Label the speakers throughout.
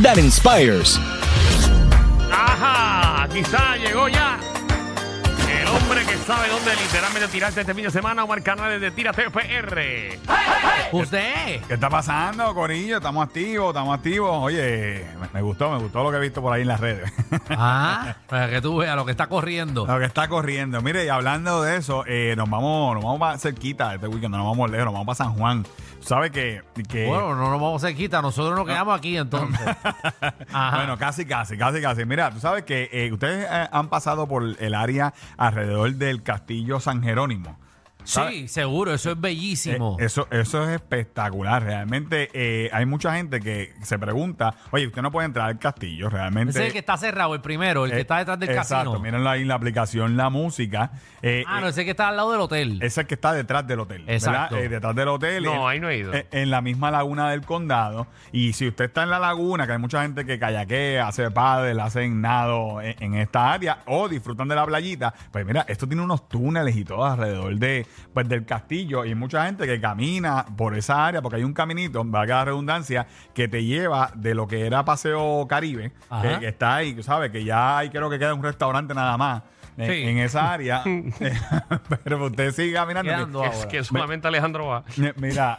Speaker 1: that inspires.
Speaker 2: Ajá, quizá llegó ya el hombre que sabe dónde literalmente tirarte este fin de semana, Omar Canales de Tira TPR.
Speaker 3: Ah,
Speaker 4: Pues Usted.
Speaker 3: ¿Qué está pasando, Corillo? Estamos activos, estamos activos. Oye, me- me gustó, me gustó lo que he visto por ahí en las redes.
Speaker 4: Ah, para que tú veas lo que está corriendo.
Speaker 3: lo que está corriendo. Mire, y hablando de eso, eh, nos vamos nos vamos para cerquita este weekend, no nos vamos lejos, nos vamos para San Juan. ¿Sabes que, que
Speaker 4: Bueno, no nos vamos cerquita, nosotros nos quedamos aquí entonces. Ajá.
Speaker 3: Bueno, casi, casi, casi, casi. Mira, tú sabes que eh, ustedes eh, han pasado por el área alrededor del castillo San Jerónimo.
Speaker 4: sí, seguro, eso es bellísimo.
Speaker 3: Eh, eso, eso es espectacular. Realmente eh, hay mucha gente que se pregunta, oye, usted no puede entrar al castillo, realmente.
Speaker 4: Ese es el que está cerrado, el primero, el que
Speaker 3: Eh,
Speaker 4: está detrás del
Speaker 3: exacto,
Speaker 4: casino.
Speaker 3: mírenlo ahí en la aplicación La Música. Eh,
Speaker 4: Ah, no,
Speaker 3: eh,
Speaker 4: ese que está al lado del hotel.
Speaker 3: es el que está detrás del hotel. ¿verdad?
Speaker 4: Exacto.
Speaker 3: Eh, detrás del hotel.
Speaker 2: No,
Speaker 3: en-
Speaker 2: ahí no he ido.
Speaker 3: eh, En, la misma laguna del condado. Y si usted está en la laguna, que hay mucha gente que kayaquea, hace paddle, hacen nado en, en esta área o disfrutan de la playita, pues mira, esto tiene unos túneles y todo alrededor de, pues, del castillo. Y hay mucha gente que camina por esa área porque hay un caminito, valga la redundancia, que te lleva de lo que era Paseo Caribe, eh,
Speaker 4: Ajá.
Speaker 3: que, que está ahí, tú sabes, que ya ahí creo que queda un restaurante nada más. eh,
Speaker 4: Sí.
Speaker 3: En esa área, Eh, pero usted sigue caminando.
Speaker 4: Quedando
Speaker 3: que-
Speaker 2: Es que solamente Alejandro va.
Speaker 3: Mi- Mira,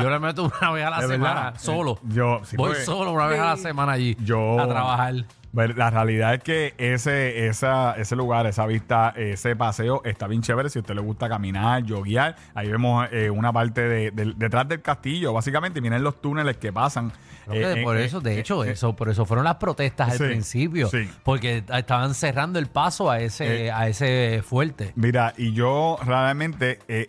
Speaker 4: Yo le meto una vez a la
Speaker 3: De
Speaker 4: semana,
Speaker 3: verdad. Eh,
Speaker 4: solo.
Speaker 3: Yo- sí,
Speaker 4: Voy
Speaker 3: porque-
Speaker 4: solo una vez a la semana allí
Speaker 3: yo.
Speaker 4: a trabajar.
Speaker 3: Bueno, La realidad es que ese, esa, ese lugar, esa vista, ese paseo está bien chévere. Si a usted le gusta caminar, joguear, ahí vemos eh, una parte de, del- detrás del castillo, básicamente. y Miren los túneles que pasan.
Speaker 4: Creo que
Speaker 3: Eh,
Speaker 4: por
Speaker 3: eh,
Speaker 4: eso, de
Speaker 3: eh,
Speaker 4: hecho,
Speaker 3: eh,
Speaker 4: eso, por eso fueron las protestas
Speaker 3: Sí,
Speaker 4: al principio,
Speaker 3: sí.
Speaker 4: porque estaban cerrando el paso a ese,
Speaker 3: Eh,
Speaker 4: a ese fuerte.
Speaker 3: Mira, y yo realmente eh,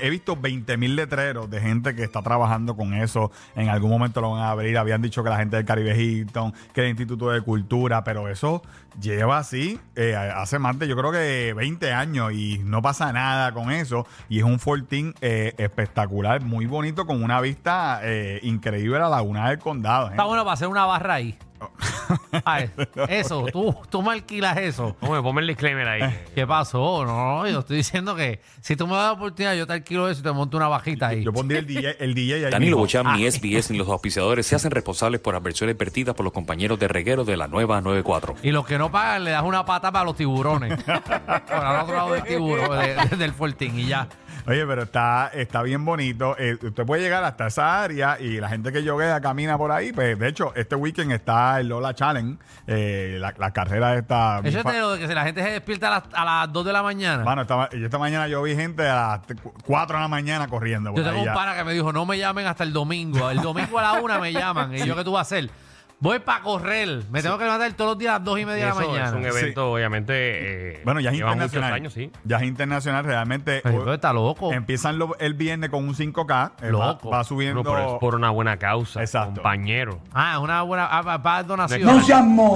Speaker 3: he visto 20 mil letreros de gente que está trabajando con eso. En algún momento lo van a abrir. Habían dicho que la gente del Caribe Hilton, que el Instituto de Cultura, pero eso lleva así eh, hace más de, yo creo que 20 años y no pasa nada con eso. Y es un fortín eh, espectacular, muy bonito, con una vista eh, increíble a la laguna del condado. ¿eh? gente.
Speaker 4: Está bueno para hacer una barra ahí.
Speaker 3: Oh.
Speaker 4: Ay, eso, tú, tú me alquilas eso.
Speaker 2: Hombre, ponme el disclaimer ahí.
Speaker 3: Eh.
Speaker 4: ¿Qué pasó? No, yo estoy diciendo que si tú me das la oportunidad, yo te alquilo eso y te monto una bajita ahí.
Speaker 3: Yo pondría el DJ, el DJ ahí.
Speaker 5: Danilo
Speaker 3: mismo. Ah.
Speaker 5: Bocham, ni SBS ni los auspiciadores se hacen responsables por adversiones vertidas por los compañeros de reguero de la nueva 94.
Speaker 4: Y los que no pagan, le das una pata para los tiburones. Por al otro lado del tiburón, de- de- del fuertín y ya.
Speaker 3: Oye, pero está, está bien bonito. Eh, usted puede llegar hasta esa área y la gente que yoguea camina por ahí. Pues, de hecho, este weekend está el Lola Challenge, eh, la, la carrera esta. bien
Speaker 4: Eso es
Speaker 3: fa-
Speaker 4: de lo de que si la gente se despierta a las, a las 2 de la mañana.
Speaker 3: Mano, esta, ma- yo esta mañana yo vi gente a las 4 de la mañana corriendo.
Speaker 4: Yo
Speaker 3: Por
Speaker 4: tengo
Speaker 3: ahí
Speaker 4: un
Speaker 3: ya.
Speaker 4: pana que me dijo, no me llamen hasta el domingo. El domingo a la una me llaman. ¿Y yo qué tú vas a hacer? Voy para correr. Me tengo que levantar todos los días a las dos y media de la
Speaker 2: Eso es
Speaker 4: mañana.
Speaker 2: un evento, obviamente. eh,
Speaker 3: Bueno, ya es
Speaker 2: lleva muchos
Speaker 3: internacional.
Speaker 2: años, sí.
Speaker 3: Ya es internacional, realmente.
Speaker 4: Pero
Speaker 3: Hoy-
Speaker 4: tú estás pues, loco.
Speaker 3: Empiezan lo- el viernes con un 5K. eh,
Speaker 4: oh.
Speaker 3: va-
Speaker 4: Loco.
Speaker 3: Va,
Speaker 2: No,
Speaker 3: subiendo.
Speaker 2: pero es por una buena causa,
Speaker 3: Exacto.
Speaker 2: compañero.
Speaker 4: Ah, es una buena ah, pa- pa-
Speaker 2: No es
Speaker 4: donación.
Speaker 2: que la-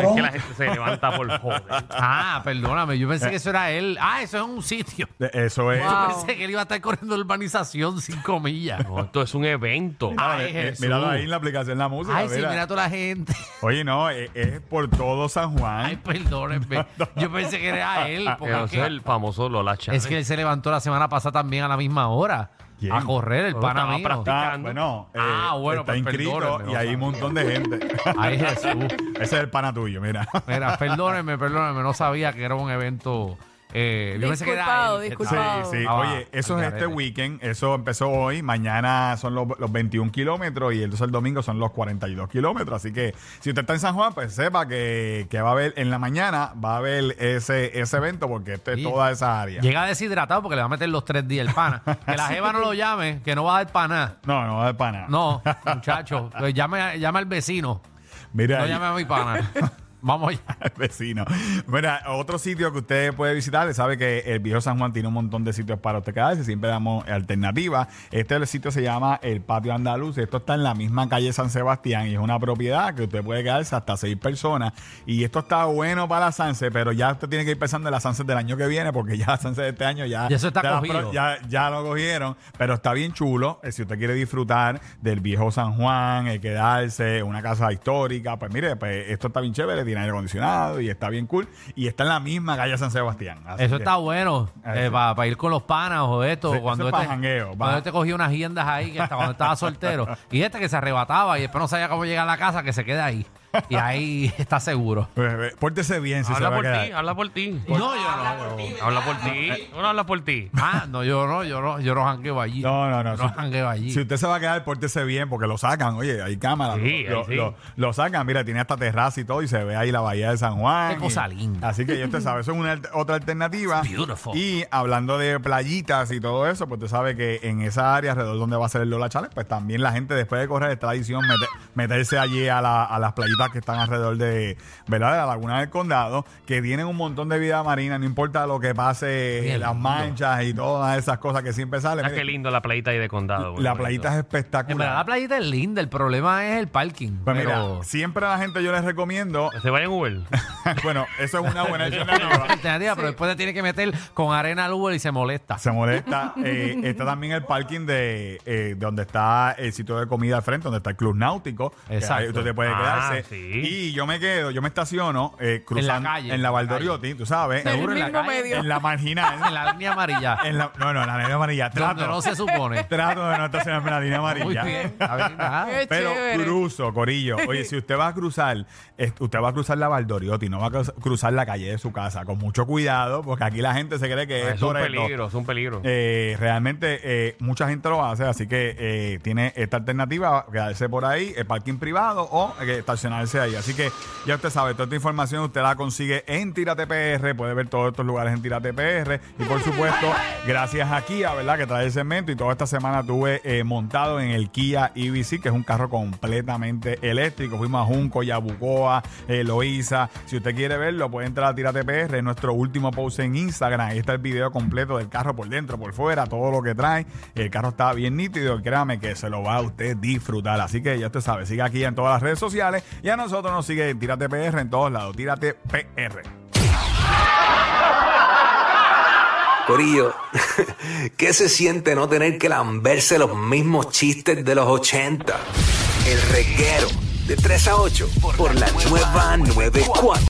Speaker 2: Es que la gente se levanta por joder.
Speaker 4: Ah, perdóname. Yo pensé que eso era él. Ah, eso es un sitio.
Speaker 3: Eh, Eso es.
Speaker 4: Yo pensé que él iba a estar corriendo urbanización cinco millas.
Speaker 2: No, esto es un evento.
Speaker 4: Ay,
Speaker 3: Eh,
Speaker 4: Jesús.
Speaker 3: míralo ahí en la aplicación, la música.
Speaker 4: Ay, sí,
Speaker 3: mira.
Speaker 4: mira toda la gente.
Speaker 3: Oye, no, eh, es, por todo San Juan.
Speaker 4: Ay, perdónenme. Yo pensé que era él.
Speaker 3: Ah,
Speaker 4: porque
Speaker 2: Eh,
Speaker 3: eh,
Speaker 2: Eso
Speaker 4: es
Speaker 2: es
Speaker 4: que-
Speaker 2: el famoso Lola Challenge.
Speaker 4: es que él se levantó la semana pasada también a la misma hora.
Speaker 3: ¿Quién?
Speaker 4: A correr, el
Speaker 2: Bueno,
Speaker 4: pana
Speaker 2: estaba
Speaker 4: mío.
Speaker 2: practicando.
Speaker 3: Está,
Speaker 2: picando.
Speaker 3: bueno, eh,
Speaker 4: Ah, bueno,
Speaker 3: está
Speaker 4: pues,
Speaker 3: inscrito
Speaker 4: perdónenme,
Speaker 3: y
Speaker 4: no
Speaker 3: hay un
Speaker 4: sabía.
Speaker 3: montón de gente.
Speaker 4: Ay, Jesús.
Speaker 3: Ese es el pana tuyo, mira.
Speaker 4: Mira, perdónenme, perdónenme, no sabía que era un evento. Eh, yo pensé que era.
Speaker 6: Disculpado,
Speaker 4: él.
Speaker 3: Sí,
Speaker 6: disculpado. Wow.
Speaker 3: sí.
Speaker 4: Ah,
Speaker 3: Oye, eso es
Speaker 4: al
Speaker 3: este
Speaker 4: garete.
Speaker 3: weekend. Eso empezó hoy. Mañana son los, los 21 kilómetros y entonces el domingo son los 42 kilómetros. Así que si usted está en San Juan, pues sepa que, que va a haber en la mañana, va a haber ese, ese evento porque este es
Speaker 4: Sí.
Speaker 3: toda esa área.
Speaker 4: Llega deshidratado porque le va a meter los tres días el pana. Que la jeva no lo llame, que no va a dar para nada.
Speaker 3: No, no va a haber pana.
Speaker 4: No, muchacho, eh, llame, a- llame al vecino.
Speaker 3: Mira,
Speaker 4: No
Speaker 3: ahí.
Speaker 4: llame a mi pana. Vamos allá.
Speaker 3: El vecino. Mira, otro sitio que usted puede visitar, sabe que el viejo San Juan tiene un montón de sitios para usted quedarse, siempre damos alternativas. Este el sitio se llama El Patio Andaluz, esto está en la misma calle San Sebastián y es una propiedad que usted puede quedarse hasta seis personas y esto está bueno para la Sanse, pero ya usted tiene que ir pensando en la Sanse del año que viene porque ya la Sanse de este año ya,
Speaker 4: Ya eso está
Speaker 3: de la
Speaker 4: cogido.
Speaker 3: pro- ya, Ah, ya lo cogieron, pero está bien chulo. Eh, si usted quiere disfrutar del viejo San Juan, eh, quedarse, una casa histórica, pues mire, pues esto está bien chévere, tiene aire acondicionado y está bien cool. Y está en la misma calle San Sebastián. Así
Speaker 4: Eso
Speaker 3: que-
Speaker 4: está bueno
Speaker 3: Eso.
Speaker 4: para ir con los panas o esto.
Speaker 3: Sí,
Speaker 4: cuando
Speaker 3: eso es
Speaker 4: este,
Speaker 3: pa' jangueo, pa'.
Speaker 4: cuando este cogía unas hiendas ahí, que hasta cuando estaba soltero. Y este que se arrebataba y después no sabía cómo llegar a la casa, que se queda ahí. Y ahí está seguro.
Speaker 3: Eh, eh, Pórtese bien si
Speaker 2: habla
Speaker 3: se va a
Speaker 2: por ti,
Speaker 3: quedar.
Speaker 2: habla por ti.
Speaker 4: no, yo no. yo-
Speaker 2: Habla por ti. No, no habla por ti.
Speaker 4: Ah, no, yo no, yo no, yo no jangueo allí.
Speaker 3: No, no, no.
Speaker 4: Yo no jangueo allí.
Speaker 3: Si usted se va a quedar, pórtese bien, porque lo sacan. Oye, hay cámaras.
Speaker 2: Sí,
Speaker 3: lo,
Speaker 2: ahí sí.
Speaker 3: lo- lo sacan, mira, tiene hasta terraza y todo, y se ve ahí la bahía de San Juan.
Speaker 4: Qué cosa
Speaker 3: y-
Speaker 4: linda.
Speaker 3: Así que ya usted sabe, eso es una al- otra alternativa.
Speaker 4: It's beautiful.
Speaker 3: Y hablando de playitas y todo eso, pues usted sabe que en esa área alrededor donde va a ser el Lola Challenge, pues también la gente después de correr es tradición mete- meterse allí a, la- a las playitas que están alrededor de, ¿verdad? de la Laguna del Condado, que tienen un montón de vida marina, no importa lo que pase,
Speaker 4: Qué
Speaker 3: las
Speaker 4: lindo.
Speaker 3: manchas y todas esas cosas que siempre salen.
Speaker 2: Ah,
Speaker 3: Mire,
Speaker 2: qué lindo la playita ahí de condado.
Speaker 3: la
Speaker 2: bonito.
Speaker 3: playita es
Speaker 4: En verdad, la
Speaker 3: espectacular.
Speaker 4: playita es linda, el problema es el parking.
Speaker 3: Pues mira,
Speaker 4: pero
Speaker 3: siempre a la gente yo les recomiendo,
Speaker 2: Se vaya en Uber.
Speaker 3: bueno, eso es una buena alternativa.
Speaker 4: alternativa, pero después te tiene que meter con arena al Uber y se molesta.
Speaker 3: Se molesta. Eh, está también el parking de eh, donde está el sitio de comida al frente, donde está el club náutico. que
Speaker 4: Exacto.
Speaker 3: ahí usted puede
Speaker 2: Ah,
Speaker 3: quedarse.
Speaker 2: sí.
Speaker 3: Y yo me quedo, yo me estaciono eh, cruzando
Speaker 4: calle,
Speaker 3: en la
Speaker 4: en la
Speaker 3: Valdoriotti, tú sabes.
Speaker 4: Seguro en
Speaker 3: en la,
Speaker 4: la
Speaker 1: mismo
Speaker 4: calle,
Speaker 1: medio.
Speaker 3: en la
Speaker 4: en
Speaker 3: marginal.
Speaker 4: la línea amarilla,
Speaker 3: en la- no, no, en la línea amarilla.
Speaker 4: donde
Speaker 3: Trato,
Speaker 4: no se supone.
Speaker 3: trato de no estacionarme en la línea
Speaker 4: Muy
Speaker 3: amarilla.
Speaker 4: bien. está bien, ajá.
Speaker 1: Qué
Speaker 3: Pero
Speaker 1: chévere.
Speaker 3: cruzo, Corillo. Oye, si usted va a cruzar, es- usted va a cruzar la Valdoriotti, no va a cru- cruzar la calle de su casa. Con mucho cuidado, porque aquí la gente se cree que es,
Speaker 2: Es un
Speaker 3: Toretto.
Speaker 2: peligro, es un peligro.
Speaker 3: Eh, realmente eh, mucha gente lo hace, así que eh, tiene esta alternativa, quedarse por ahí, el parking privado o eh, estacionarse ahí. Así que ya usted sabe, toda esta información usted la consigue en Tírate PR, puede ver todos estos lugares en Tírate PR y por supuesto, gracias a Kia, ¿verdad? Que trae el segmento y toda esta semana tuve eh, montado en el Kia EV6, que es un carro completamente eléctrico. Fuimos a Junco, Yabucoa, eh, Loíza. Si usted quiere verlo, puede entrar a Tírate PR, en nuestro último post en Instagram. Ahí está el video completo del carro por dentro, por fuera, todo lo que trae. El carro está bien nítido, y créame que se lo va a usted disfrutar. Así que ya usted sabe, siga aquí en todas las redes sociales y a nosotros nos sigue en Tírate PR en todos lados. Tírate PR.
Speaker 6: Corillo, ¿qué se siente no tener que lamberse los mismos chistes de los 80? El reguero de 3 a 8 por la nueva 94.